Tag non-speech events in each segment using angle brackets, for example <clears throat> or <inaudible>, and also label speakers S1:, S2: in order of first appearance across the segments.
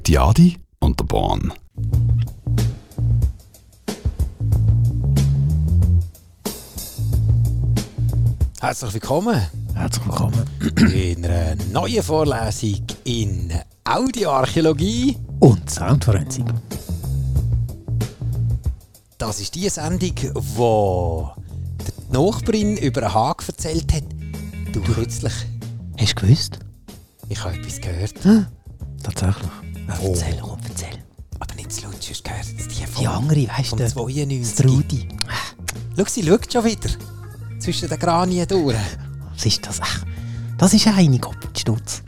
S1: Ötiadi und der Bahn.
S2: Herzlich willkommen <clears throat>
S3: Herzlich willkommen.
S2: in einer neuen Vorlesung in Audioarchäologie.
S3: Und Soundforensik.
S2: Das ist die Sendung, wo die Nachbarin über einen Haag erzählt hat. Du kürzlich,
S3: Hast du gewusst?
S2: ich habe etwas gehört,
S3: Tatsächlich.
S2: Oh.
S3: Erzähl, komm, erzähl.
S2: aber nicht zu laut, sonst gehört es die von,
S3: Die andere, weißt
S2: von
S3: du,
S2: 92.
S3: das Rudi.
S2: Schau, sie schaut schon wieder zwischen den Granien durch.
S3: Was ist das? Ach, das ist eine Kopfstutz.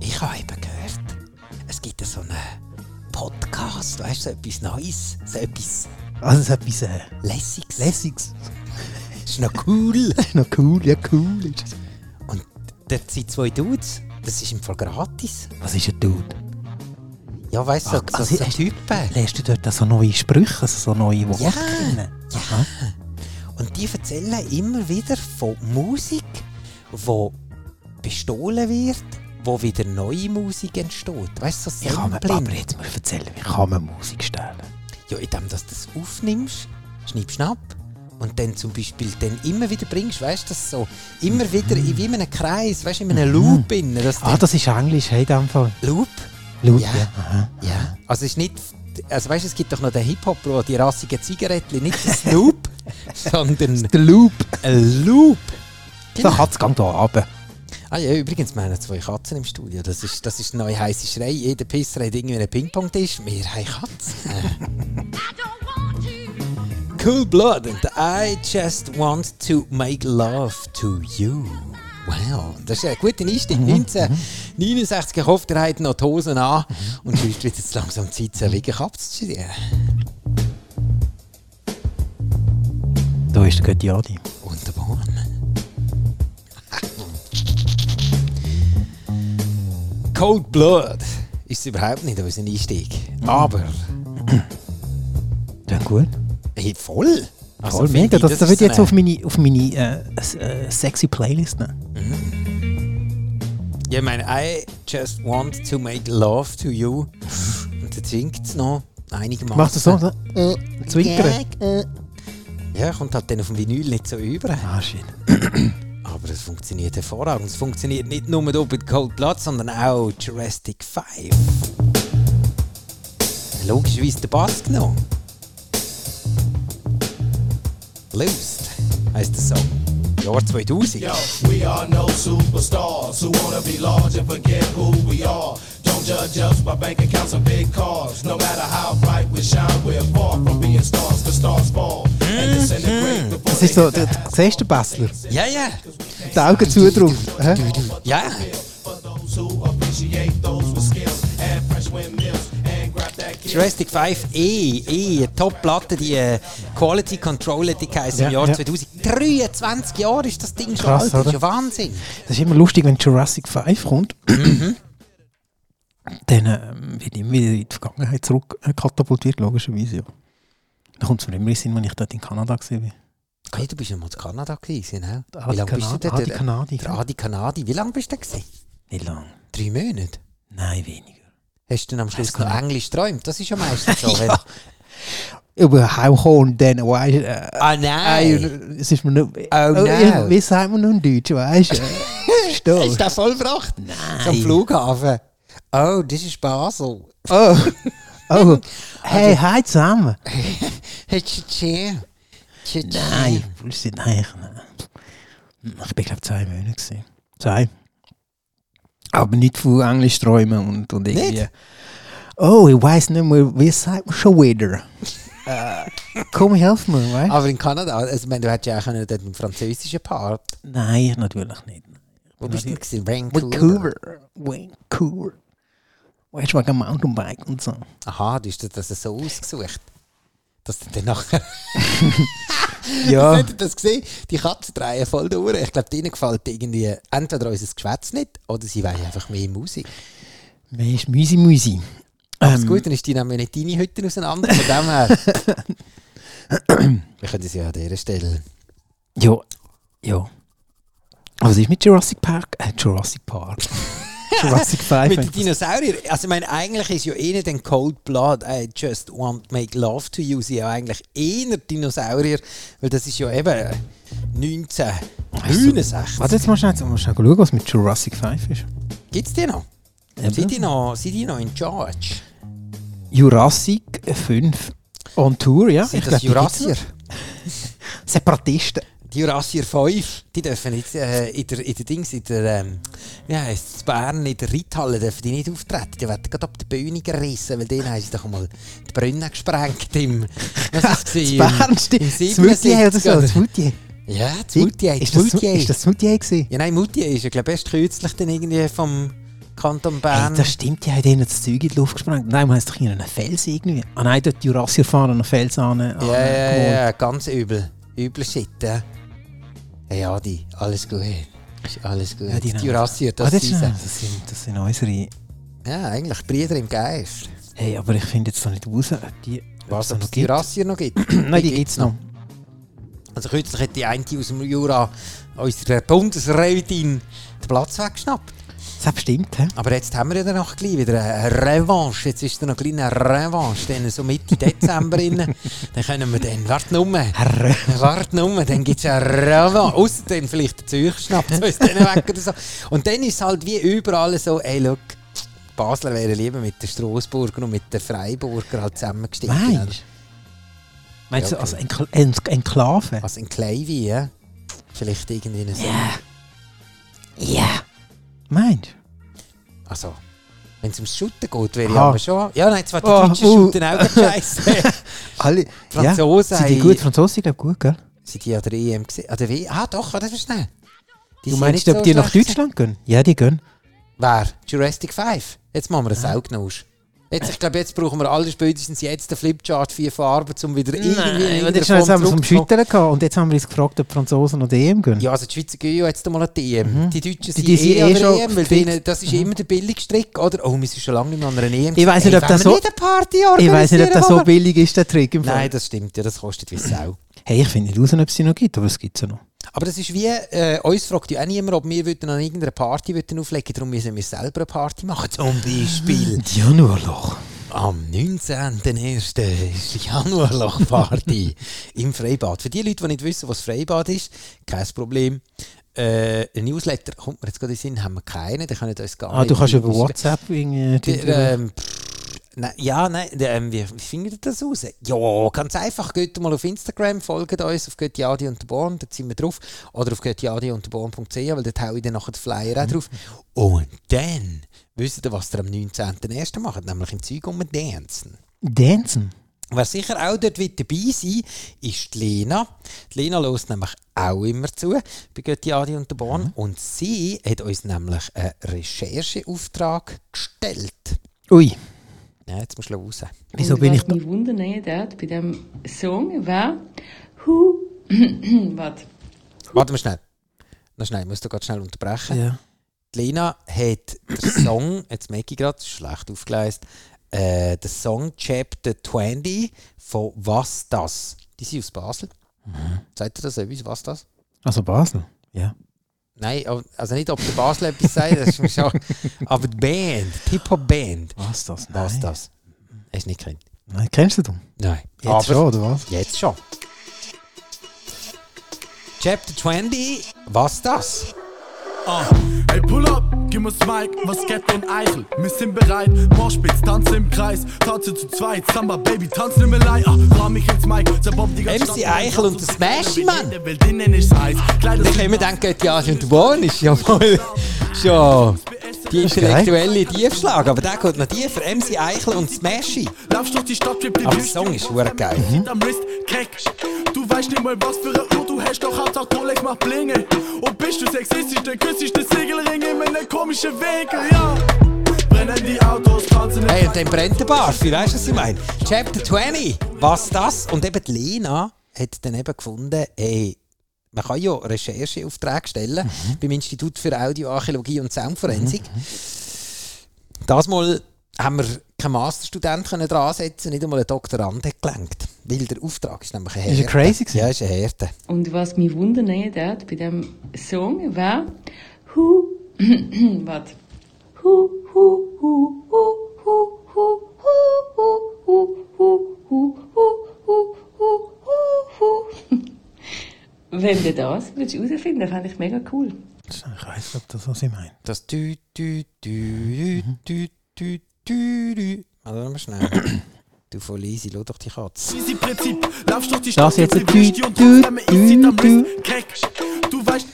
S2: Ich habe eben gehört, es gibt so einen Podcast, weißt du, so etwas Neues, so etwas
S3: Also so <laughs> etwas äh,
S2: Lässiges.
S3: Lässiges.
S2: ist noch cool.
S3: Ist noch cool, ja cool ist es.
S2: Und dort sind zwei Dudes, das ist im Fall gratis.
S3: Was ist ein Dude?
S2: Ja, weißt du, so,
S3: Ach,
S2: so,
S3: also
S2: so
S3: hast-
S2: Typen.
S3: Lernst du dort so neue Sprüche, also so neue Worte
S2: Ja.
S3: kennen?
S2: Ja. Und die erzählen immer wieder von Musik, wo bestohlen wird, wo wieder neue Musik entsteht. Weißt du, so
S3: Ich kann mir,
S2: Sampling.
S3: aber jetzt mal erzählen, wie kann man Musik stellen?
S2: Ja, indem dass du das aufnimmst, schnipp, schnapp. Und dann zum Beispiel dann immer wieder bringst, weißt du, das so, immer wieder in wie in einem Kreis, weißt du, in einem Loop innen. dass
S3: Mhm. Ah,
S2: der
S3: das ist Englisch, hey, in dem Fall.
S2: Loop.
S3: Laut,
S2: Ja.
S3: Aha.
S2: Ja. Also es ist nicht. Also weißt du, es gibt doch noch den Hip-Hop, wo die rassigen Zigaretten, nicht den Snoop, <laughs> sondern
S3: Der Loop.
S2: ein Loop.
S3: So Katze, gang da runter.
S2: Ah ja, übrigens, wir haben zwei Katzen im Studio. Das ist, das ist eine neue heiße Schrei. Jeder Pisser hat irgendwie einen Ping-Pong-Tisch. Wir haben Katzen. cool Blood and I just want to make love to you. Wow, das ist eine gute Einstieg. 1969, ich hoffe, ihr habt noch die Hosen an und sonst wird es jetzt langsam Zeit, so liegen abzustudieren.
S3: Da ist der Götti Adi.
S2: Und der Bahn. Cold Blood ist es überhaupt nicht unser Einstieg.
S3: Mhm.
S2: Aber
S3: Dann gut.
S2: hey, voll. Also
S3: Voll
S2: finde
S3: mega,
S2: ich,
S3: das, das
S2: ist
S3: wird jetzt
S2: eine-
S3: auf meine, auf meine äh, s- äh, sexy Playlist nehmen.
S2: Ja, ich meine, I just want to make love to you. Und dann singt es noch einigermaßen.
S3: Machst du so? so äh, Zwinkern?
S2: Ja, kommt halt dann auf dem Vinyl nicht so über.
S3: Ah, shit.
S2: Aber es funktioniert hervorragend. Es funktioniert nicht nur hier bei Cold Blood, sondern auch Jurassic 5. Logischerweise den Bass genommen. Lost heisst der Song. Jahr 2000.
S4: Yo, we are no superstars who wanna be large and forget who we are. Don't judge us by bank accounts and big cars. No matter how bright we shine, we're far from being stars. The stars fall and disintegrate before
S3: Das ist so, du, du siehst den Bessler.
S2: Ja, ja.
S3: Die Augen zu drum. hä?
S2: Ja.
S4: for those who appreciate those with skills and fresh windmills and grab that kid.
S2: Jurassic 5 E, E, eine Top-Platte, die äh, Quality Control heisst im
S3: Ja,
S2: Jahr
S3: ja.
S2: 2000. 23 Jahre ist das Ding schon
S3: Krass,
S2: alt, das ist
S3: oder?
S2: ja Wahnsinn.
S3: Das ist immer lustig, wenn Jurassic 5 kommt. Mhm. Dann ähm, wird immer wieder in die Vergangenheit zurück äh, katapultiert, logischerweise. Ja. Dann kommt es mir immer in den Sinn, wenn ich dort in Kanada war.
S2: Hey, du bist ja mal in Kanada gewesen, ne?
S3: Ah,
S2: Wie
S3: die
S2: lange bist du
S3: Kanadi-
S2: denn?
S3: ah,
S2: dort?
S3: die Kanadi,
S2: Der
S3: ja.
S2: Adi Kanadi. Wie lange bist du da gewesen?
S3: Nicht lang.
S2: Drei Monate.
S3: Nein, weniger.
S2: Hast du dann am Schluss
S3: gar
S2: noch Englisch geträumt? Das ist ja meistens
S3: <laughs>
S2: so. wenn-
S3: ja. Aber how horn then, why, äh,
S2: Ah nein!
S3: Ei, es ist mir nicht.
S2: nein.
S3: Wie sagt man nun Deutsch, weißt du?
S2: Ist
S3: <laughs> Stolz.
S2: das vollbracht? Nein! Am Flughafen. Oh, das ist Basel.
S3: Oh. oh. <laughs> Hey, hi zusammen.
S2: Tschitschi. Tschitschi.
S3: Nein, Bullshit, nein. Ich, nein. ich bin, glaube ich, zwei Monate. Gewesen. Zwei. Aber nicht von Englisch träumen und, und irgendwie.
S2: Nicht?
S3: Oh, ich weiß nicht mehr, wie sagt man schon wieder? <laughs> äh, komm, helf mir, weißt du?
S2: Aber in Kanada, also, ich meine, du hättest ja auch können dort im französischen Part.
S3: Nein, natürlich nicht.
S2: Wo bist du denn? gewesen? Vancouver.
S3: Vancouver. Vancouver. Weißt du, wegen Mountainbike und so.
S2: Aha, du hast dir das so ausgesucht. Dass du dann nachher. <laughs>
S3: Ja.
S2: Habt ihr das gesehen? Die Katzen drehen voll durch. Ich glaube, denen gefällt irgendwie entweder unser Geschwätz nicht oder sie wollen einfach mehr Musik.
S3: Wer ist Müsi Müsi? Ähm.
S2: Das Gute ist, die nehmen nicht deine Hütten auseinander, von dem
S3: <laughs>
S2: her. Wir können es ja an dieser Stelle. <laughs>
S3: Ja. Ja. Was ist mit Jurassic Park? Äh, Jurassic Park. Jurassic 5.
S2: Mit den Dinosauriern. Also, ich meine, eigentlich ist ja eh nicht ein Cold Blood, I just want to make love to you, sind ja eigentlich eher Dinosaurier, weil das ist ja eben äh, 1969.
S3: Also, Warte, jetzt mal schnell, jetzt mal schnell schauen, was mit Jurassic 5 ist.
S2: Gibt es die noch? Sind die noch? Sind die noch in charge?
S3: Jurassic 5 on Tour, ja?
S2: Sind
S3: Ich
S2: das
S3: glaub, die gibt's
S2: Jurassier?
S3: noch. Separatisten.
S2: Die Jurassier 5, die dürfen jetzt äh, in der, in der Dings, in der, ähm, wie heisst in Bern, in der Ritthalle dürfen die nicht auftreten. Die werden gerade ab der Bühne gerissen, weil denen haben sie doch einmal die Brünnen gesprengt im,
S3: <laughs>
S2: was ist <laughs> das?
S3: Das Bernste.
S2: im
S3: Das Multier oder so.
S2: 77er.
S3: Das Multier.
S2: Ja, das Multier.
S3: Ist das,
S2: Multier.
S3: ist das das Multier gewesen?
S2: Ja, nein, Multier ist ja, glaube ich, erst kürzlich dann irgendwie vom Kanton
S3: Hey,
S2: Bern.
S3: das stimmt, die haben denen das Zeug in die Luft gesprengt. Nein, man hat doch in einem Fels irgendwie. Ah nein, dort die Jurassier fahren einen Fels an. an-
S2: ja, ja,
S3: gewohnt.
S2: ja, ganz übel. Übel Shit, ja. Hey Adi, alles gut. Ist alles gut.
S3: Ja, die
S2: die
S3: nehmen-
S2: Jurassier,
S3: Ah,
S2: das,
S3: das,
S2: das
S3: ist, das, sind, das sind unsere...
S2: Ja, eigentlich Brüder im Geist.
S3: Hey, aber ich finde jetzt noch nicht raus, ob die...
S2: Was
S3: ob
S2: ob es
S3: es noch
S2: die
S3: gibt.
S2: Jurassier noch gibt?
S3: <clears throat> Nein, die gibt es noch.
S2: Also kürzlich hat die eine aus dem Jura unserer Bundesrätin den Platz weggeschnappt.
S3: Das stimmt, hä?
S2: Aber jetzt haben wir ja danach gleich wieder eine Revanche. Jetzt ist da noch gleich eine Revanche, dann so Mitte Dezember rein. Dann können wir dann, warte nur,
S3: Herr,
S2: warte nur, dann gibt es eine Revanche. Außerdem vielleicht der Zeug schnappt uns dann weg oder so. Und dann ist es halt wie überall so, ey, look, Basler wäre lieber mit der Straßburger und mit der Freiburger halt zusammengestiegen.
S3: Meinst du? Meinst du,
S2: Ja,
S3: als Enkl en Enklave?
S2: Also in Kleivi, ja? Vielleicht irgendwie eine so.
S3: Ja. Meinst du?
S2: Also, wenn es ums Shooten geht, wäre ich
S3: Ah.
S2: aber schon. Ja, nein, zwar die
S3: Ah,
S2: Deutschen
S3: uh.
S2: shooten auch scheiße.
S3: <laughs> Alle... Ja.
S2: Franzosen
S3: Sind die gut? Franzosen, glaube gut, gell?
S2: Sind die an der EM gesehen? An der W? Ah, doch, ah, das ist schnell. Die
S3: Du
S2: sind
S3: meinst,
S2: nicht
S3: ob
S2: so
S3: die nach
S2: schlecht
S3: Deutschland gehen? Ja, die gehen.
S2: gewesen. Wer? Jurassic 5? Jetzt machen wir
S3: Ah.
S2: einen Augenusch. Jetzt, ich glaube, jetzt brauchen wir alle spätestens jetzt den Flipchart, vier Farben, um wieder irgendwie in
S3: und
S2: irgendeiner
S3: jetzt haben
S2: Form
S3: wir es um
S2: zurückzukommen.
S3: Schütteln gehabt und jetzt haben wir uns gefragt, ob die Franzosen noch die EM gehen.
S2: Ja, also die Schweizer gehen ja jetzt mal an die EM. Die Deutschen
S3: Mhm. Die-
S2: sind
S3: die
S2: eh,
S3: sind eh
S2: an der
S3: schon
S2: EM, weil
S3: fit.
S2: denen, das ist immer der billigste Trick, oder? Oh, wir sind schon lange nicht mehr an einer EM.
S3: Ich weiss nicht,
S2: Ey,
S3: ob
S2: wollen
S3: das
S2: wir
S3: so-
S2: nicht eine Party
S3: Ich weiß nicht, ob
S2: organisieren,
S3: das
S2: wo
S3: so
S2: wir-
S3: billig ist, der Trick. Im Fall.
S2: Nein, das stimmt ja, das kostet wie Sau.
S3: Hey, ich finde nicht raus, ob es sie noch gibt, aber es gibt sie noch.
S2: Aber das ist wie, äh, uns fragt ja auch niemand, ob wir würden an irgendeiner Party würden auflegen darum müssen wir selber eine Party machen. Zum Beispiel
S3: <laughs> Januarloch.
S2: am 19.01. ist die
S3: <laughs>
S2: Januarloch-Party im Freibad. Für die Leute, die nicht wissen, was Freibad ist, kein Problem. Äh, ein Newsletter kommt mir jetzt gerade in den Sinn, haben wir keinen, dann können uns gar
S3: Ah, du
S2: nicht-
S3: kannst über WhatsApp irgendwie...
S2: Der,
S3: äh,
S2: ähm, pff, nein, ja, nein, der, ähm, wie, wie findet ihr das raus? Ja, ganz einfach. Geht mal auf Instagram, folgt uns auf Göttiadi und der Born, da sind wir drauf. Oder auf göttiadi und der Born.ch, weil dort haue ich dann nachher den Flyer auch drauf. Und dann wisst ihr, was ihr am 19.01. macht, nämlich im Zeug um Dancen.
S3: Dancen.
S2: Wer sicher auch dort wird dabei sein ist die Lena. Die Lena hört nämlich auch immer zu bei Göttiadi und der Born. Und sie hat uns nämlich einen Rechercheauftrag gestellt.
S3: Ui,
S2: Ja, jetzt musst du raus.
S3: wieso
S5: Und
S3: bin
S5: was
S3: ich... da-
S5: mich wundern dort bei dem Song war, who, <clears throat> warte,
S2: Warte mal schnell. Na schnell, ich muss da gerade schnell unterbrechen.
S3: Ja.
S2: Die Lena hat den <coughs> Song, jetzt merke ich gerade, schlecht aufgeleistet, äh, den Song Chapter 20 von Was das? Die sind aus Basel.
S3: Mhm.
S2: Sagt ihr das etwas, was das?
S3: Also Basel. Ja.
S2: Nein, aber- also nicht, ob der Basel etwas sagt, das ist mir
S3: <laughs>
S2: schon. Aber die Band, die Hip-Hop-Band,
S3: Was das? Nein.
S2: was das? Hast du nicht kennt?
S3: Nein, kennst du den?
S2: Nein.
S3: Jetzt schon, oder was?
S2: Jetzt schon. Chapter 20, was das?
S6: Ah, Ey, pull up, gib uns Mike, was geht und Eichel. Wir sind bereit, Moshpits, tanzen im Kreis, tanzen zu zweit, Samba, Baby, tanzen im Lei. Ah, fahr mich ins Mike, zerbob die ganze
S2: MC
S6: Stadt.
S2: Eichel und das Mäschchen, Mann.
S6: Der will drinnen ist Eis, Kleider
S2: Ich habe mir gedacht, Göttiadi und der Born ist ja mal <laughs> schon die intellektuelle Tiefschlag, aber der geht noch tiefer. MC Eichel und Smashy.
S6: Laufst durch die Stadt, trip die
S2: Aber der Song ist verdammt geil.
S6: Mit am Wrist, keck. Du weißt nicht mal, was für eine Uhr du hast, doch Hauptsache Rolex macht Blinge. Und bist du sexistisch, dann küsst ich den Segelring in meinen komischen Winkel, ja. Brennen die Autos, tanzen im
S2: Hey, und dann brennt der Barfi, weißt du, was ich meine? Chapter 20, was das? Und eben die Lena hat dann eben gefunden, ey, man kann ja Rechercheaufträge stellen
S3: Mhm.
S2: beim Institut für Audioarchäologie und Soundforensik. Das mal haben wir keinen Masterstudent können dran setzen, nicht einmal einen Doktorand hat gelenkt. Weil der Auftrag ist nämlich eine
S3: Ist
S2: Härte.
S3: er crazy gewesen?
S2: Ja, ist eine Härte.
S5: und was mich wundern eh, dort bei dem Song war, who, <clears throat> warte, Hu, hu, hu, hu, hu, hu, hu, hu, hu, hu, hu, hu, hu, hu, hu. <laughs> Wenn du das würdest herausfinden, fände ich mega cool.
S3: Ich weiß nicht, ob das was ich meine.
S2: Das dü, dü, dü,
S3: Mhm.
S2: dü, dü, dü, dü. Also, warte mal schnell. Du voll easy, schau doch die Katze.
S6: Easy Prinzip, laufst durch die
S3: Das
S6: Stadt,
S3: jetzt ein
S6: du bist die und
S3: Dü-
S6: trotzdem easy,
S3: Dü-
S6: dann bist Crack. Du weißt,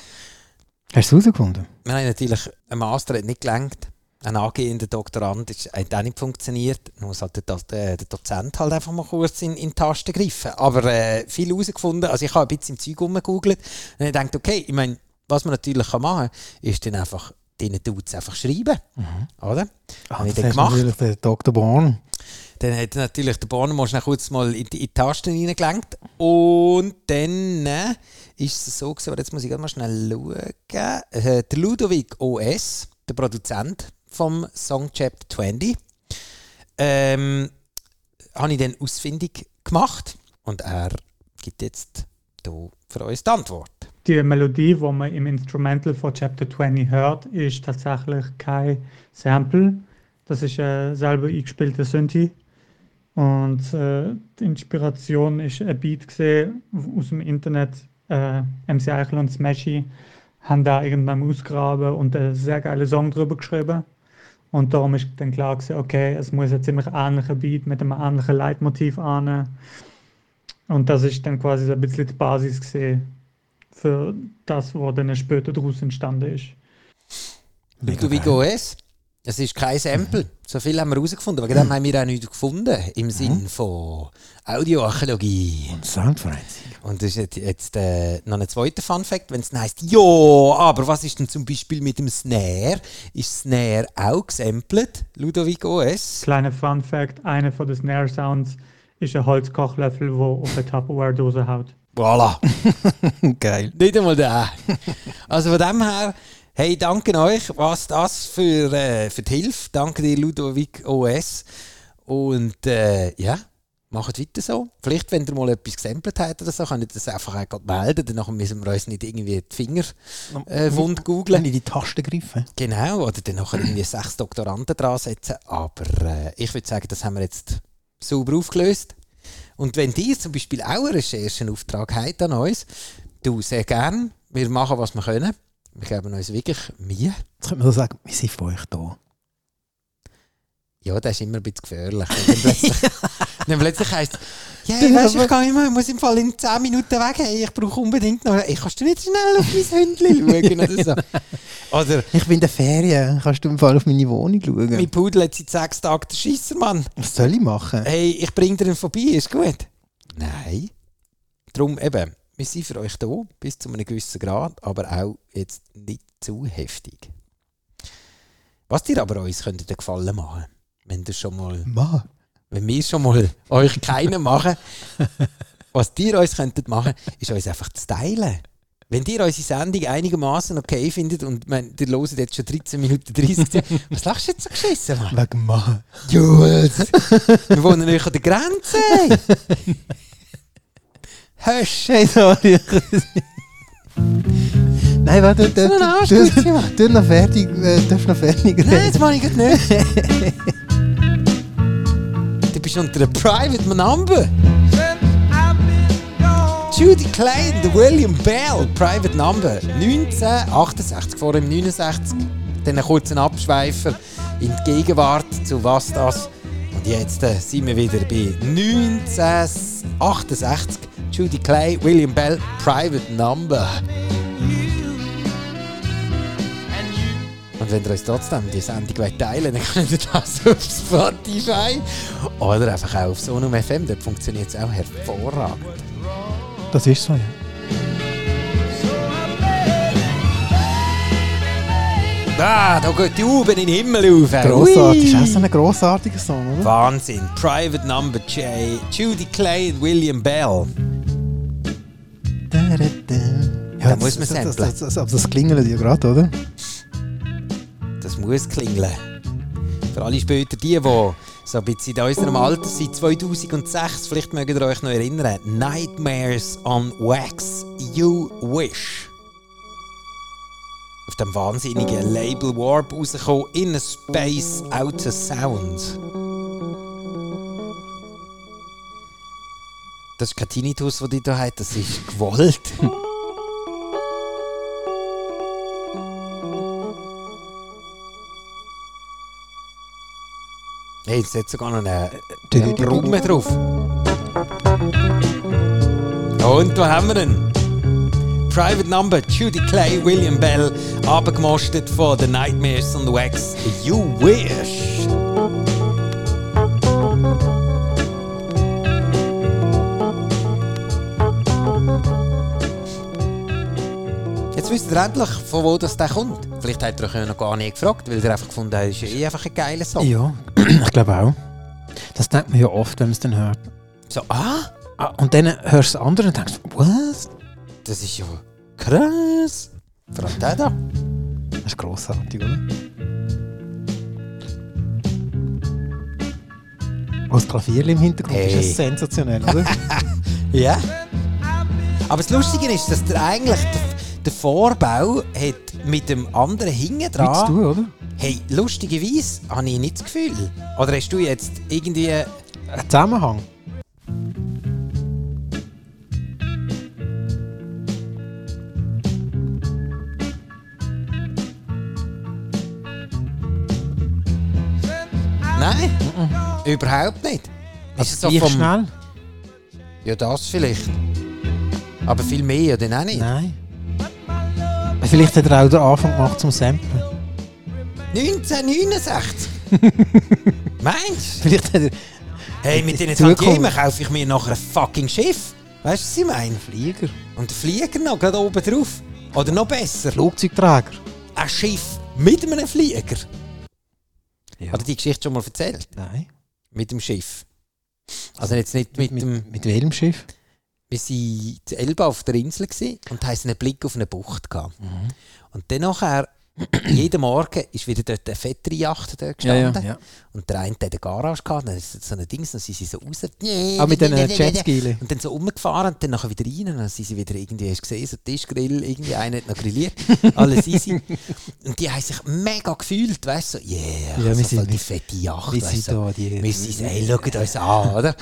S3: Hast du es herausgefunden?
S2: Wir haben natürlich, ein Master hat nicht gelangt. Ein angehender Doktorand ist, hat auch nicht funktioniert. Man muss halt der, der, der Dozent halt einfach mal kurz in, in die Tasten greifen. Aber äh, viel herausgefunden. Also ich habe ein bisschen im Zeug rumgegoogelt. Und ich dachte, okay, ich meine, was man natürlich kann machen kann, ist dann einfach diesen Dudes einfach schreiben. Oder? Habe ich
S3: Mhm. Ah, das
S2: dann
S3: hast
S2: gemacht.
S3: natürlich der Dr. Born.
S2: Dann hat natürlich der Bornemann schnell kurz mal in die, in die Tasten reingelenkt. Und dann äh, ist es so gewesen, aber jetzt muss ich gerade mal schnell schauen. Äh, der Ludovic OS, der Produzent vom Song Chapter 20, ähm, habe ich dann ausfindig gemacht. Und er gibt jetzt hier für uns die Antwort.
S7: Die Melodie, die man im Instrumental von Chapter 20 hört, ist tatsächlich kein Sample. Das ist ein selber eingespielter Synthi. Und äh, die Inspiration ist ein Beat gesehen aus dem Internet. Äh, MC Eichel und Smashy haben da irgendwann ausgegraben und einen sehr geilen Song drüber geschrieben. Und darum ist dann klar gewesen, okay, es muss ein ziemlich ähnlicher Beat mit einem ähnlichen Leitmotiv an. Und das ist dann quasi so ein bisschen die Basis gesehen für das, was dann später daraus entstanden ist.
S2: Ludovic OS, es ist kein Sample. So viel haben wir herausgefunden. Wegen dem haben wir auch nichts gefunden im Sinn von Audioarchäologie.
S3: Soundforensic.
S2: Und das ist jetzt, jetzt äh, noch ein zweiter Fun Fact, wenn es dann heisst, ja, aber was ist denn zum Beispiel mit dem Snare? Ist Snare auch gesampelt, Ludovic OS?
S7: Kleiner Fun Fact: Einer von den Snare Sounds ist ein Holzkochlöffel, der auf eine Tupperware-Dose haut.
S2: Voilà,
S3: Geil.
S2: nicht einmal der. Also von dem her, hey, danke euch, was das für, äh, für die Hilfe. Danke dir, Ludovic OS. Und äh, ja, macht weiter so. Vielleicht, wenn ihr mal etwas gesampelt habt oder so, könnt ihr das einfach auch grad melden. Danach müssen wir uns nicht irgendwie die Finger äh, wund googeln.
S3: Wenn ich die Tasten greife.
S2: Genau, oder dann noch irgendwie sechs Doktoranden dran setzen. Aber äh, ich würde sagen, das haben wir jetzt sauber aufgelöst. Und wenn ihr zum Beispiel auch einen Recherchenauftrag habt an uns, du sehr gern. Wir machen, was wir können. Wir geben uns wirklich Mühe.
S3: Jetzt könnte man so sagen, wir sind für euch da.
S2: Ja, das ist immer ein bisschen gefährlich. Und dann plötzlich, dann plötzlich heisst es, ja, yeah,
S3: Ja,
S2: weißt, du, ich
S3: aber-
S2: kann immer, ich muss im Fall in 10 Minuten weg, hey, ich brauche unbedingt noch, ich kannst du nicht schnell auf mein Hündchen schauen oder so. Oder,
S3: Ich bin in der Ferien. Kannst du im Fall auf meine Wohnung schauen?
S2: mein Pudel hat seit sechs Tagen den Scheissermann.
S3: Was soll ich machen?
S2: Hey, ich bring dir einen vorbei, ist gut. Nein. Darum eben, wir sind für euch da, bis zu einem gewissen Grad, aber auch jetzt nicht zu heftig. Was dir aber uns könnte den Gefallen machen, wenn ihr schon mal,
S3: Ma.
S2: wenn wir schon mal <laughs> euch keinen machen, was dir uns könntet machen, ist uns einfach zu teilen. Wenn ihr unsere Sendung einigermaßen okay findet und man, ihr hört jetzt schon 13 Minuten 30, zu, was lachst du jetzt so geschissen, Mann?
S3: Wegen Ma.
S2: Jules, wir wohnen nicht an der Grenze. Hörst
S3: Hey, sorry. Nein, warte, du, du,
S2: ein Arsch,
S3: du,
S2: Gutschi,
S3: du,
S2: Mann.
S3: du noch fertig, äh, darf noch fertig
S2: du? Nein, das
S3: reden.
S2: mache ich grad nicht. <laughs> du bist unter der Private Number. Judy Klein, der William Bell, Private Number. 1968, vor im 69. Dann einen kurzen Abschweifer in die Gegenwart zu was das. Und jetzt äh, sind wir wieder bei 1968. Judy Clay, William Bell, Private Number. Und wenn ihr uns trotzdem die Sendung wollt <laughs> teilen dann könnt ihr das auf Spotify oder einfach auch auf Sonum FM. Dort funktioniert es auch hervorragend.
S3: Das ist so, ja.
S2: Ah, da geht die Uben in den Himmel auf. ey.
S3: Grossartig.
S2: Ui.
S3: Ist auch so ein grossartiger Song, oder?
S2: Wahnsinn. Private Number J. Judy Clay und William Bell.
S3: Da, da, da. Ja,
S2: Da muss man samplen.
S3: das, das, das, das, aber das klingelt ja gerade, oder?
S2: Das muss klingeln. Für alle später die, die so ein bisschen in unserem Alter sind, 2006, vielleicht mögt ihr euch noch erinnern. Nightmares on Wax, You Wish. auf dem wahnsinnigen Label Warp rausgekommen, Inner Space Outer Sound. Das ist kein Tinnitus, den die da hat, das ist gewollt. <laughs> hey, jetzt hat sogar noch einen, einen Brummen drauf. Und da haben wir ihn. Private Number, Judy Clay, William Bell, abgemostet von The Nightmares on the Wax. You wish. Jetzt wisst ihr endlich, von wo das der kommt. Vielleicht habt ihr euch noch gar nicht gefragt, weil ihr einfach gefunden habt, das ist eh einfach ein geiler Song.
S3: Ja, <clears throat> ich glaube auch. Das denkt man ja oft, wenn man es dann hört.
S2: So, ah,
S3: Ah, Und dann hörst du das andere und denkst, was?
S2: das ist ja krass. Vor allem der da.
S3: Das ist grossartig, oder? Und das Klavier im Hintergrund
S2: Hey.
S3: ist das sensationell, <laughs> oder?
S2: Ja. Aber das Lustige ist, dass der eigentlich der, der Vorbau hat mit dem anderen hinten
S3: Nichts
S2: dran.
S3: tun, oder?
S2: Hey, lustigerweise habe ich nicht das Gefühl. Oder hast du jetzt irgendwie.
S3: Ein Zusammenhang.
S2: Nein? Überhaupt nicht.
S3: Also
S2: es so
S3: gleich
S2: vom-
S3: schnell?
S2: Ja, das vielleicht. Aber viel mehr ja dann auch nicht.
S3: Nein. Vielleicht hat er auch den Anfang gemacht zum Samplen. <laughs>
S2: 1969! Meinst du?
S3: Vielleicht hat er
S2: Hey, mit diesen
S3: Zukunft.
S2: Tantiemen kaufe ich mir nachher ein fucking Schiff. Weißt du, was ich meine?
S3: Flieger.
S2: Und der Flieger noch gerade oben drauf. Oder noch besser,
S3: Flugzeugträger.
S2: ein Schiff mit einem Flieger.
S3: Ja.
S2: Hat er die Geschichte schon mal erzählt?
S3: Nein.
S2: Mit dem Schiff. Also jetzt nicht mit, dem.
S3: mit welchem Schiff?
S2: Wir waren zu Elba auf der Insel gewesen und haben einen Blick auf eine Bucht gehabt.
S3: Mhm.
S2: Und dann nachher, <clears throat> jeden Morgen, ist wieder dort eine fettere Yacht dort gestanden. Und der eine hat eine Garage gehabt, dann ist so ein Ding, dann sind sie so raus.
S3: Auch Ah, mit diesen Jetskile.
S2: Und dann so umgefahren und dann nachher wieder rein. Und dann sind sie wieder irgendwie, hast du gesehen, so Tischgrill, irgendwie einer hat noch
S3: <laughs>
S2: grilliert. Alles easy. Und die haben sich mega gefühlt, weißt du, so, yeah,
S3: wir
S2: also
S3: sind-
S2: voll die fette Yacht.
S3: wir
S2: weißt
S3: sind
S2: du,
S3: da, die-
S2: Wir sind, hey, schaut uns
S3: <laughs>
S2: an, oder?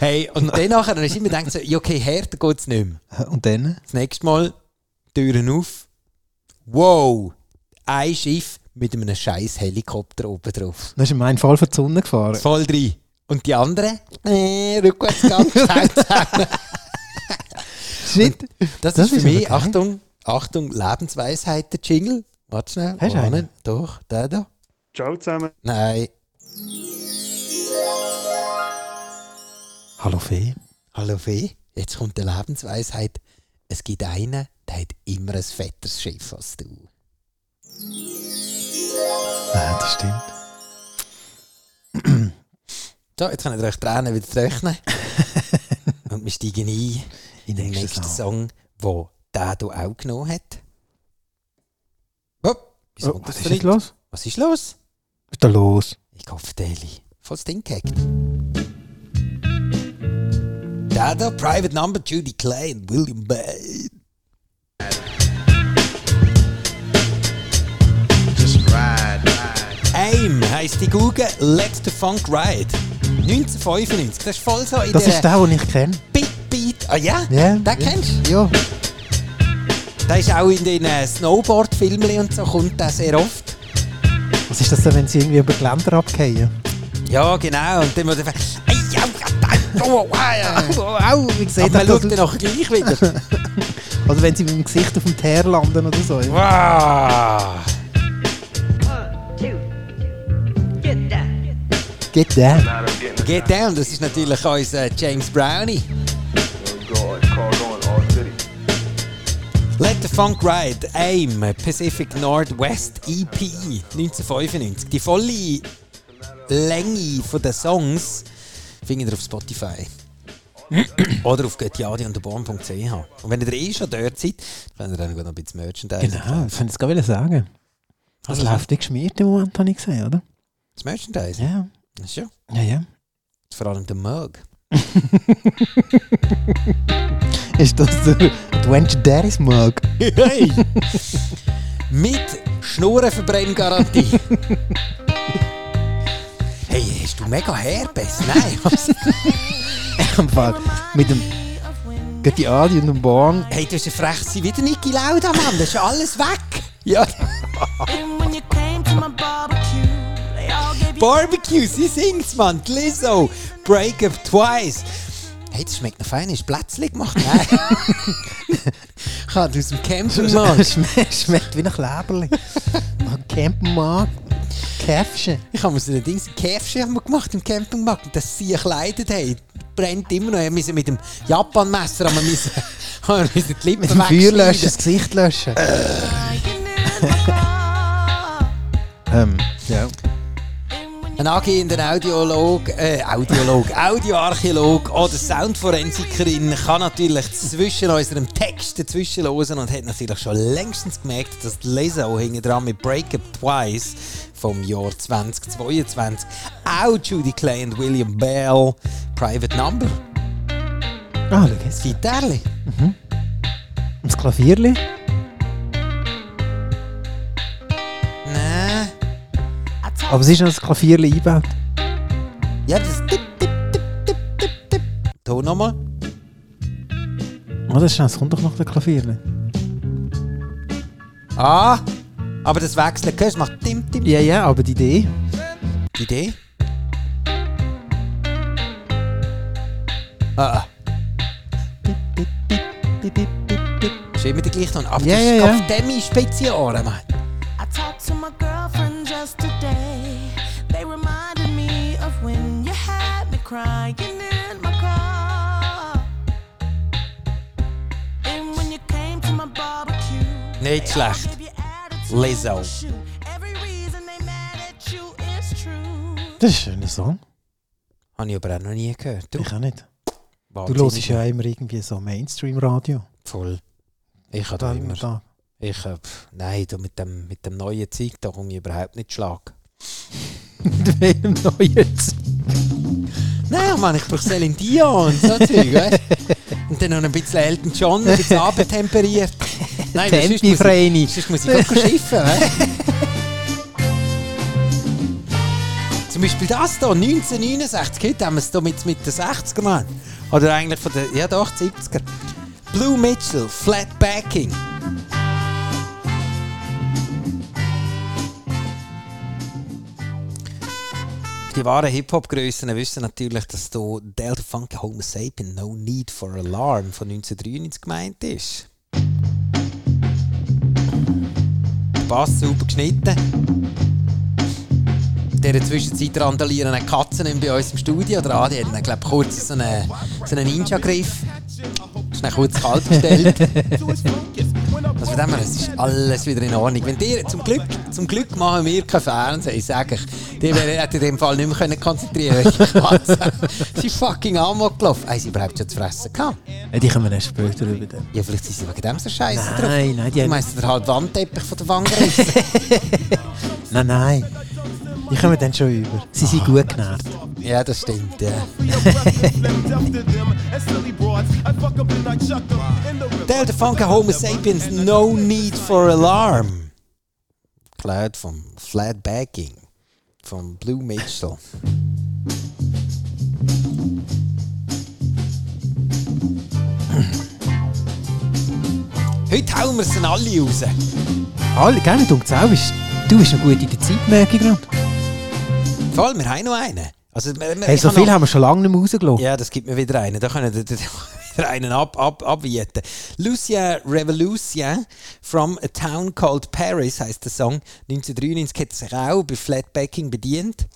S2: hey, und dann nachher, dann ist immer gedacht so, ja, okay, härter geht es nicht mehr.
S3: Äh, Und dann?
S2: Das nächste Mal, Türen auf. Wow, ein Schiff mit einem scheiß Helikopter oben drauf.
S3: Dann ist in meinem Fall von der Sonne gefahren.
S2: Voll drei. Und die anderen? Äh, rückwärts
S3: <laughs>
S2: ganz schnell zusammen.
S3: Shit.
S2: Das,
S3: Das
S2: ist
S3: ist
S2: für
S3: aber
S2: mich,
S3: geil.
S2: Achtung, Achtung, Lebensweisheit, der Jingle. Warte schnell.
S3: Hast du
S2: Wo
S3: einen?
S2: hin? Doch, der da.
S6: Ciao zusammen.
S2: Nein.
S3: Hallo Fee.
S2: Hallo Fee, jetzt kommt die Lebensweisheit. Es gibt einen, der hat immer ein fetteres Schiff als du.
S3: Nein, das stimmt.
S2: So, jetzt könnt ihr euch die Tränen wieder
S3: <laughs>
S2: trocknen. Und wir steigen ein in den nächsten Song, wo der du auch genommen hat. Hopp, wieso kommt das
S3: Oh, was ist
S2: nicht?
S3: jetzt los?
S2: Was ist los?
S3: Was ist da los?
S2: Ich hoffe, Daily. Voll das Ding gehackt. Dada, Private Number, Judy Clay und William Bell. AIM heisst die Google Let the Funk Ride. 1995, das ist voll so in
S3: Das
S2: der
S3: ist der, den ich kenne.
S2: Big Beat. Ah ja?
S3: Ja,
S2: Den
S3: ja.
S2: kennst du?
S3: Ja.
S2: Der ist auch in den äh, Snowboard-Filmen und so, kommt der sehr oft.
S3: Was ist das denn, wenn sie irgendwie über Geländer abgehen?
S2: Ja, genau. Und dann muss er au, au, au, au, wie sieht man
S3: Aber man
S2: schaut
S3: schaut
S2: dann noch gleich
S3: <laughs>
S2: wieder.
S3: Oder wenn sie mit dem Gesicht auf dem Teer landen oder so. Ja.
S2: wow.
S3: Geht der?
S2: Get down, das ist natürlich unser James Brownie. Let the Funk Ride, AIM, Pacific Northwest E EP 1995. Die volle Länge der Songs findet ihr auf Spotify. <clears throat> Oder auf goetiadiandeborn.ch. Und wenn ihr eh schon dort seid, könnt ihr dann noch ein bisschen Merchandise
S3: Genau, das kann ich jetzt gar nicht sagen. Das
S2: Also-
S3: läuft wie geschmiert im Moment, habe ich gesehen, oder?
S2: Das Merchandise?
S3: Ja.
S2: Das ist ja.
S3: Ja, ja.
S2: Vor allem der Mug.
S3: Ist das der Adventure Daddy's Mug?
S2: Hey! mit
S3: <laughs>
S2: Schnurrenverbrenngarantie. hey, hast du mega Herpes? Nein.
S3: <laughs> Am Fall. Mit dem gerade die Adi und dem Born.
S2: hey, du bist ein frech sein wie der Niki Lauda, Mann. Das ist ja alles weg. Ja, Barbecue, sie singt's, Mann. Die Lizzo, Break Up Twice. Hey, das schmeckt noch fein. Ist Plätzchen gemacht?
S3: <laughs>
S2: Nein. Ich habe aus dem Campingmarkt.
S3: <laughs> Schme- Schmeckt wie ein Kleberli. Am Campingmarkt. Käffchen.
S2: Ich habe mir so ein Ding, ein Käfchen haben wir gemacht im Campingmarkt, und das sie gekleidet haben. Brennt immer noch. Wir müssen mit dem Japanmesser haben wir müssen, <laughs> haben wir müssen die Lippen
S3: Mit dem Feuer
S2: wegschneiden.
S3: löschen, das
S2: <laughs>
S3: Gesicht löschen. ähm, ja.
S2: Ein angehender Audiolog, äh, Audiolog, Audioarchäolog oder Soundforensikerin kann natürlich zwischen unserem Text dazwischen hören und hat natürlich schon längstens gemerkt, dass die Lizzo hinten dran mit Break Up Twice vom Jahr 2022 auch Judy Clay und William Bell Private Number,
S3: Ah, schau
S2: das
S3: jetzt.
S2: Gitarre.
S3: Und das Klavierli.
S2: Nein.
S3: Aber es ist noch das Klavierli eingebaut.
S2: Ja, das tipp, tipp, tipp, tipp, tipp, tipp. Ton nochmal.
S3: Oh, das ist schon, es kommt doch noch der Klavierli.
S2: Ah, aber das Wechseln, hörst du, macht tim, tim.
S3: Ja, ja, aber die Idee.
S2: Die Idee? Ah, ah. Ist immer der gleiche Ton. Aber
S3: Ja,
S2: das
S3: ja,
S2: ist
S3: ja.
S2: auf dem ist Spezial, Mann.
S8: I talked to my girlfriend just today. They reminded me of when you had me crying in my car. And when you came to my
S2: Nicht
S8: barbecue. they all
S2: schlecht.
S8: give you attitude.
S2: Lizzo.
S8: Shoot, Every reason they mad at you is true.
S3: Das ist ein schöner Song.
S2: Habe ich aber auch noch nie gehört.
S3: Ich auch nicht. Du
S2: Wahnsinn.
S3: hörst ja immer irgendwie so Mainstream-Radio.
S2: Voll. Ich habe Ah, da
S3: Da
S2: immer...
S3: immer da. <laughs>
S2: Ich habe... Nein, da mit, dem, mit dem neuen Zeug, da komme ich überhaupt nicht schlag.
S3: Mit welchem neuen Song?
S2: Nein, Mann, ich brauche Celine Dion und so Zeug, weißt
S3: <laughs>
S2: Und dann noch ein bisschen Elton John, ein bisschen abtemperiert. Nein, weil sonst muss ich-
S3: Tempifreini.
S2: Sonst muss ich auch schiffen, weißt Zum Beispiel das hier, 1969, heute haben wir es hier mit, mit den 60er, Mann. Oder eigentlich von den, ja doch, 70er. Blue Mitchell, Flatbacking. Die wahren Hip-Hop-Grössen wissen natürlich, dass hier Delta Funk Homo Sapien No Need for Alarm von 1993 gemeint ist. Der Bass sauber geschnitten. In dieser Zwischenzeit randalieren eine Katzen in bei uns im Studio. Der Adi hat dann, glaub, kurz so einen, so einen Ninja-Griff. Ist dann kurz kalt gestellt. Also von dem her, es ist alles wieder in Ordnung. Wenn dir, zum, Glück, zum Glück machen wir keinen Fernsehen, sag ich. Die wäre hätte in dem Fall nicht mehr können konzentrieren können. <laughs> sie ist fucking amok gelaufen. Haben sie überhaupt schon zu fressen gehabt?
S3: Ja, die kommen dann später über den.
S2: Ja, vielleicht sind sie wegen dem so scheiße drauf.
S3: Nein, nein, die
S2: Du
S3: haben,
S2: meinst, der halbe Wandteppich von der Wange gerissen?
S3: nein, nein. Die kommen dann schon über. Sie
S2: Ah.
S3: sind gut genährt.
S2: <laughs> ja, das stimmt, ja. Delta Funke Homo Sapiens, no need for alarm. Geluid van Flat Backing van Blue Mitchell. Heute hauen wir sie alle raus.
S3: Alle, gell, nicht um auch ist. Du bist noch gut in der Zeit, merke ich gerade.
S2: Vor allem, wir haben noch einen. Also, wir- wir-
S3: Hey,
S2: ich
S3: so
S2: hab
S3: viel
S2: noch-
S3: haben wir schon lange nicht mehr rausgelassen.
S2: Ja, das gibt mir wieder einen. Da können wir <laughs> wieder einen ab, ab, abwieten. Lucia Revolution from a Town Called Paris heißt der Song. 1993 hat sich auch bei Flatbacking bedient.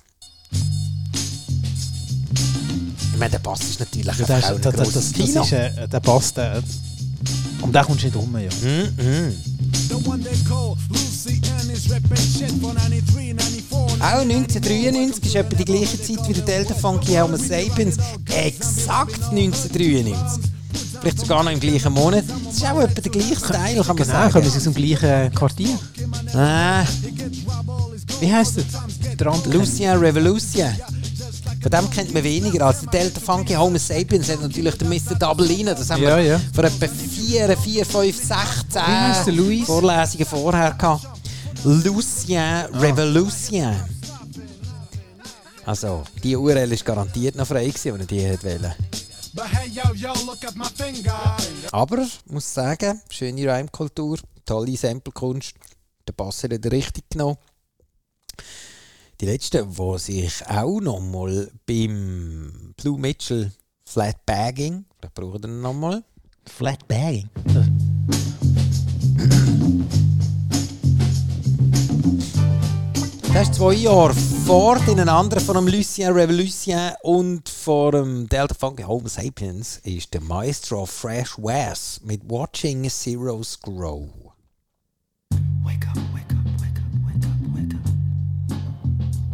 S2: Ich meine, der Bass ist natürlich
S3: Ja,
S2: einfach
S3: das,
S2: auch
S3: ist-
S2: ein
S3: das, das,
S2: grosses
S3: das, das
S2: Kino.
S3: ist äh, der passt. Äh, und da kommst du nicht rum, ja.
S2: Hm. Auch 1993 ist etwa die gleiche Zeit wie der Delta Funky Homo Sapiens. Exakt 1993. Vielleicht sogar noch im gleichen Monat. Das ist auch etwa der gleiche Teil, kann man
S3: Genau,
S2: sagen.
S3: kommen sie aus dem gleichen Quartier.
S2: Ah.
S3: Wie heisst das? Der andere
S2: Lucien Revolution. Von dem kennt man weniger. Also der Delta Funky Homo Sapiens hat natürlich den Mr. Dublina. Das haben
S3: Ja,
S2: wir
S3: ja.
S2: vor etwa 4, 4, 5, 16
S3: heisst der Luis?
S2: Vorlesungen vorher gehabt. Lucien Revolution. Also, die URL ist garantiert noch frei gewesen, wenn er die hätte wollen.
S4: But hey, yo, yo, look at my finger.
S2: Aber muss sagen, schöne Reimkultur, tolle Samplekunst, der Bass hat richtig genommen. Die letzten, die sich auch noch mal beim Blue Mitchell Flatbagging, da braucht er noch mal.
S3: Flat bagging.
S2: Das ist zwei Jahre vor den anderen von dem Lucien Revolution und von dem Delta Funky Homo Sapiens ist der Maestro Fresh Wes mit Watching Zeros Grow.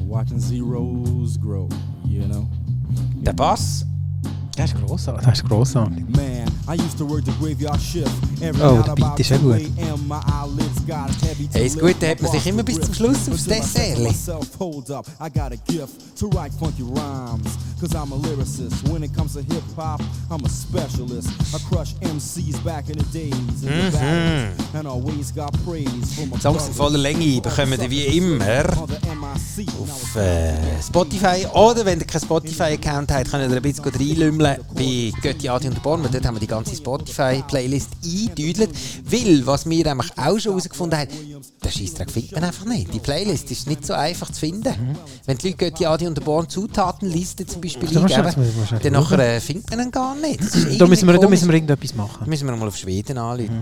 S9: Watching zeros grow, you know?
S2: Der Bass
S3: Das ist grossartig. Das ist grossartig.
S9: Man, I used to work the graveyard shift. Every
S3: Oh,
S9: night
S3: der Beat
S9: about
S3: ist ja
S9: 2
S3: gut.
S9: a.m. my eyelids got heavy to
S2: Hey, ist
S9: lift.
S2: gut, da hat man sich immer bis zum Schluss aufs
S9: Until I said to
S2: Dessertli.
S9: myself, Hold up, I got a gift to write funky rhymes. Cause I'm a lyricist. When it comes to hip hop, I'm a specialist. I crush MCs back in the days. In
S2: Mhm.
S9: the battles, and always got praise from my
S2: Songs in voller Länge bekommen ihr wie immer
S9: brothers on the MIC. Now it's
S2: auf äh, Spotify. Oder wenn ihr keinen Spotify-Account habt, könnt ihr ein bisschen reinlümmeln bei Götti, Adi und der Born. weil Dort haben wir die ganze Spotify-Playlist eingedeutet. Weil, was wir nämlich auch schon herausgefunden haben, den Scheissdreck findet man einfach nicht. Die Playlist ist nicht so einfach zu
S3: Mhm.
S2: finden. Wenn die Leute Götti, Adi und der Born Zutatenliste zum Beispiel
S3: Da musst du- das
S2: eingeben,
S3: musst du-
S2: dann nachher, äh, findet man ihn gar nicht. Das ist
S3: Da müssen, wir, da
S2: irgendwie
S3: müssen wir
S2: komisch.
S3: irgendetwas machen.
S2: Da müssen wir mal auf Schweden anrufen.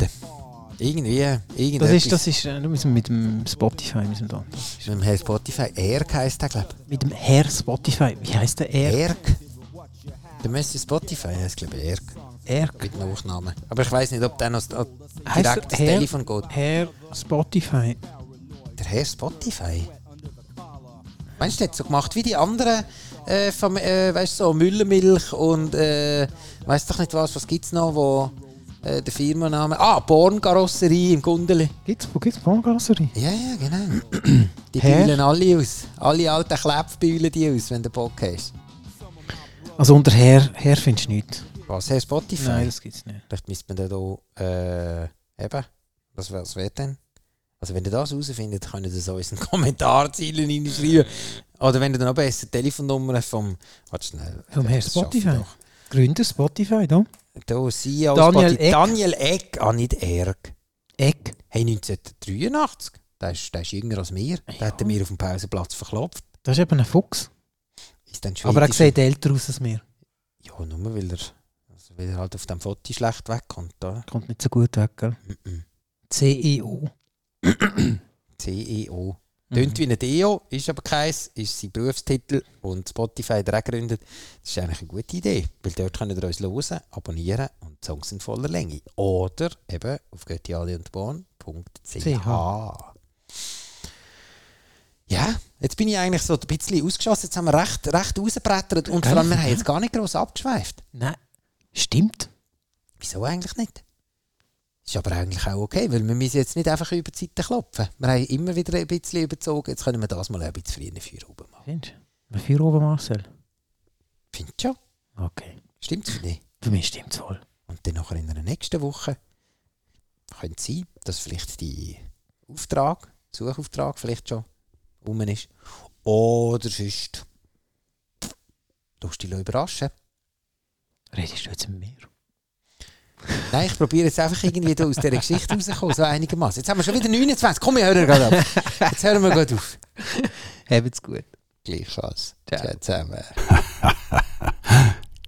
S2: Irgendwie, irgendetwas.
S3: Das ist, das ist, äh, da müssen wir mit dem Spotify müssen wir da.
S2: Mit dem Herr Spotify, Erg heisst der, glaube ich.
S3: Mit dem Herr Spotify. Wie heißt der Herr?
S2: Erg. Der müsste Spotify heißt, glaube ich, Erg.
S3: Erg.
S2: Mit Nachnamen. Aber ich weiß nicht, ob der noch s- ob
S3: Heisst
S2: direkt das
S3: er Herr?
S2: Telefon geht.
S3: Herr Spotify.
S2: Der Herr Spotify. Meinst du, der hat so gemacht wie die anderen, äh, vom, äh, weißt du, so Müllermilch und äh, weiß doch nicht was, was gibt es noch, wo äh, der Firmenname. Ah, Born-Karosserie im Gundeli.
S3: Gibt's, gibt's Bongrasserie?
S2: Ja, ja, genau. Die
S3: Herr?
S2: bühlen alle aus. Alle alten Klebs bühlen die aus, wenn der Bock hast.
S3: Also unter Herr, Herr findest du nichts.
S2: Was, Herr Spotify?
S3: das gibt's nicht.
S2: Vielleicht müsste man da hier, äh, eben, was, was wird denn? Also wenn ihr das herausfindet, könnt ihr das uns in die <laughs> Kommentarzeilen reinschreiben. Oder wenn ihr noch besser die Telefonnummer vom... Warte schnell.
S3: Vom Herr
S2: Das schaffe ich
S3: Spotify.
S2: noch.
S3: Gründer Spotify, da?
S2: Da, CEO
S3: Daniel
S2: Spotify.
S3: Eck.
S2: Daniel Eck. Ah, nicht Erg.
S3: Eck.
S2: Hey, 1983. Der ist, der ist jünger als mir. Der hat er mir auf dem Pausenplatz verklopft.
S3: Das ist eben ein Fuchs.
S2: Ist dann
S3: Aber er
S2: schwedischer-
S3: sieht älter aus als mir.
S2: Ja, nur weil er, also weil er halt auf dem Foto schlecht wegkommt. Da.
S3: Kommt nicht so gut weg, gell? E
S2: Mhm.
S3: CEO.
S2: CEO. E Tönt wie ein DEO, ist aber keins, ist sein Berufstitel und Spotify hat er auch gegründet. Das ist eigentlich eine gute Idee, weil dort könnt ihr uns hören, abonnieren und die Songs in voller Länge. Oder eben auf goethealiundborn.ch.
S3: CH.
S2: Ja, jetzt bin ich eigentlich so ein bisschen ausgeschossen, jetzt haben wir recht, recht rausgebrettert und vor allem, wir haben jetzt gar nicht gross abgeschweift.
S3: Nein. Stimmt.
S2: Wieso eigentlich nicht? Ist aber eigentlich auch okay, weil wir müssen jetzt nicht einfach über die Seite klopfen. Wir haben immer wieder ein bisschen überzogen, jetzt können wir das mal auch ein bisschen früher für oben machen.
S3: Findest du? Für oben, Marcel.
S2: Findest du schon?
S3: Okay.
S2: Stimmt's für dich?
S3: Für mich stimmt's wohl.
S2: Und dann nachher in der nächsten Woche könnte es sein, dass vielleicht die Auftrag, Suchauftrag vielleicht schon um ist. Oder sonst lass dich überraschen.
S3: Redest du jetzt mit mir?
S2: Nein, ich probiere jetzt einfach irgendwie da aus dieser Geschichte rauszukommen, so einigermaßen. Jetzt haben wir schon wieder 29, komm, wir hören gerade auf. Jetzt hören wir gerade auf.
S3: Habt's gut.
S2: Gleichfalls. Ciao zusammen.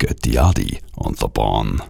S1: Götti Adi und der Bahn.